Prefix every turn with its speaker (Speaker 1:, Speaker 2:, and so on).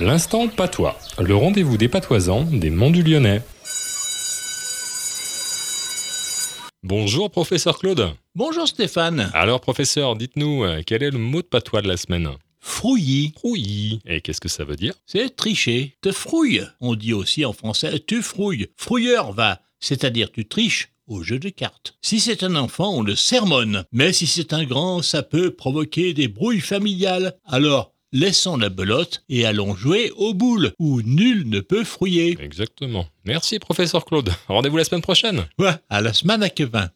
Speaker 1: L'instant patois, le rendez-vous des patoisans des Monts du Lyonnais. Bonjour professeur Claude.
Speaker 2: Bonjour Stéphane.
Speaker 1: Alors professeur, dites-nous, euh, quel est le mot de patois de la semaine
Speaker 2: Frouillis,
Speaker 1: Rouillis. Et qu'est-ce que ça veut dire
Speaker 2: c'est tricher. Te frouille, on dit aussi en français tu frouilles. Frouilleur va, c'est-à-dire tu triches au jeu de cartes. Si c'est un enfant, on le sermonne. Mais si c'est un grand, ça peut provoquer des brouilles familiales. Alors, laissons la belote et allons jouer aux boules, où nul ne peut frouiller.
Speaker 1: Exactement. Merci professeur Claude. Rendez-vous la semaine prochaine.
Speaker 2: Ouais, à la semaine à Kevin.